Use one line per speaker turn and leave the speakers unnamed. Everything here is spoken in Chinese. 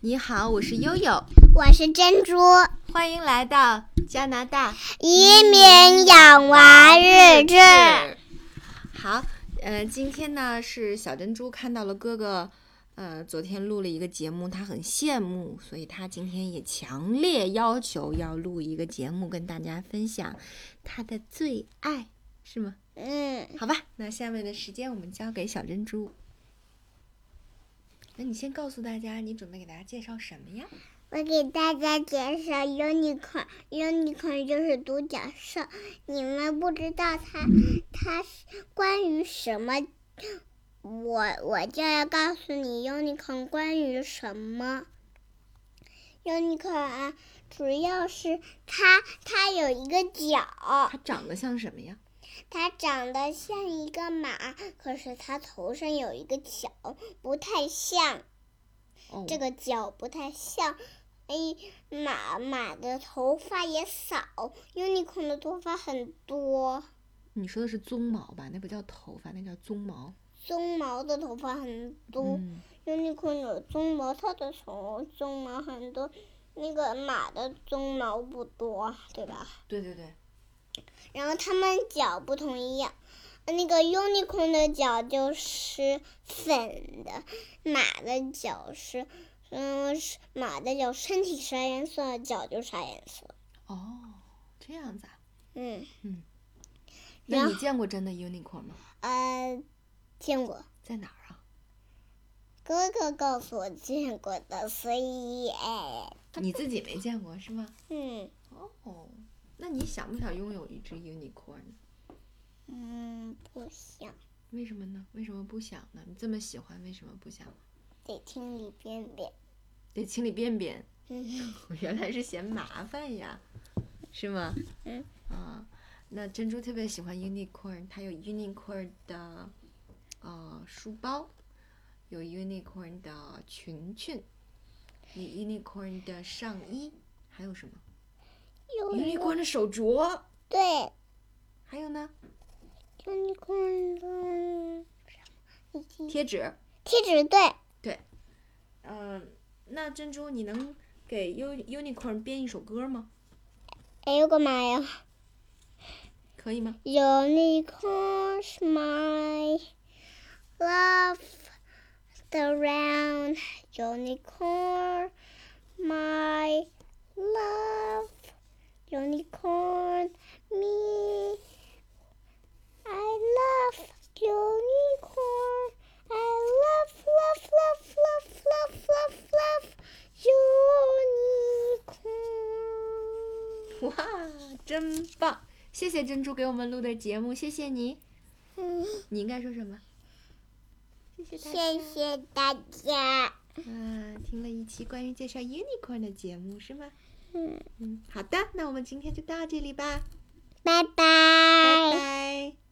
你好，我是悠悠，
我是珍珠。
欢迎来到加拿大
移民养娃日志，
好，呃，今天呢是小珍珠看到了哥哥，呃，昨天录了一个节目，他很羡慕，所以他今天也强烈要求要录一个节目跟大家分享他的最爱，是吗？
嗯，
好吧，那下面的时间我们交给小珍珠。那你先告诉大家，你准备给大家介绍什么呀？
我给大家介绍 unicorn，unicorn 就是独角兽。你们不知道它它是关于什么，我我就要告诉你 unicorn 关于什么。unicorn 啊，主要是它它有一个角，
它长得像什么呀？
它长得像一个马，可是它头上有一个角，不太像。
哦，
这个角不太像。哎，马马的头发也少，unicorn 的头发很多，
你说的是鬃毛吧？那不叫头发，那叫鬃毛。
鬃毛的头发很多、
嗯，
u n i c o r n 有鬃毛，它的头鬃毛很多，那个马的鬃毛不多，对吧？
对对对，
然后它们脚不同一样，那个 unicorn 的脚就是粉的，马的脚是，嗯，是马的脚身体啥颜色，脚就啥颜色。
哦，这样子啊。
嗯，
那
然
你见过真的 unicorn 吗？
呃，见过，
在哪儿啊？
哥哥告诉我见过的，所以，哎，
你自己没见过是吗？
嗯
哦，那你想不想拥有一只 unicorn 呢？
嗯，不想
为什么呢？为什么不想呢？你这么喜欢，为什么不想？
得听李便便。
得清理便便。
嗯，
原来是嫌麻烦呀，是吗？
嗯。
啊，那珍珠特别喜欢 unicorn，它有 unicorn 的呃书包，有 unicorn 的裙裙，有 unicorn 的上衣，还有什么
有
？unicorn 的手镯，
对
还有呢，
unicorn 的什么
贴纸。
贴纸对。
嗯、那珍珠，你能给 u unicorn 编一首歌吗？
哎呦个妈呀！
可以吗？
Unicorns, my love, the round unicorn, my love, unicorn, me. I love unicorn. I love, love, love, love, love, love,
哇，
love unicorn.
真棒！谢谢珍珠给我们录的节目，谢谢你。你应该说什么？谢谢大家。
谢谢大家。
嗯、听了一期关于介绍 unicorn 的节目是吗？
嗯，
嗯，好的，那我们今天就到这里吧，
拜拜。
拜拜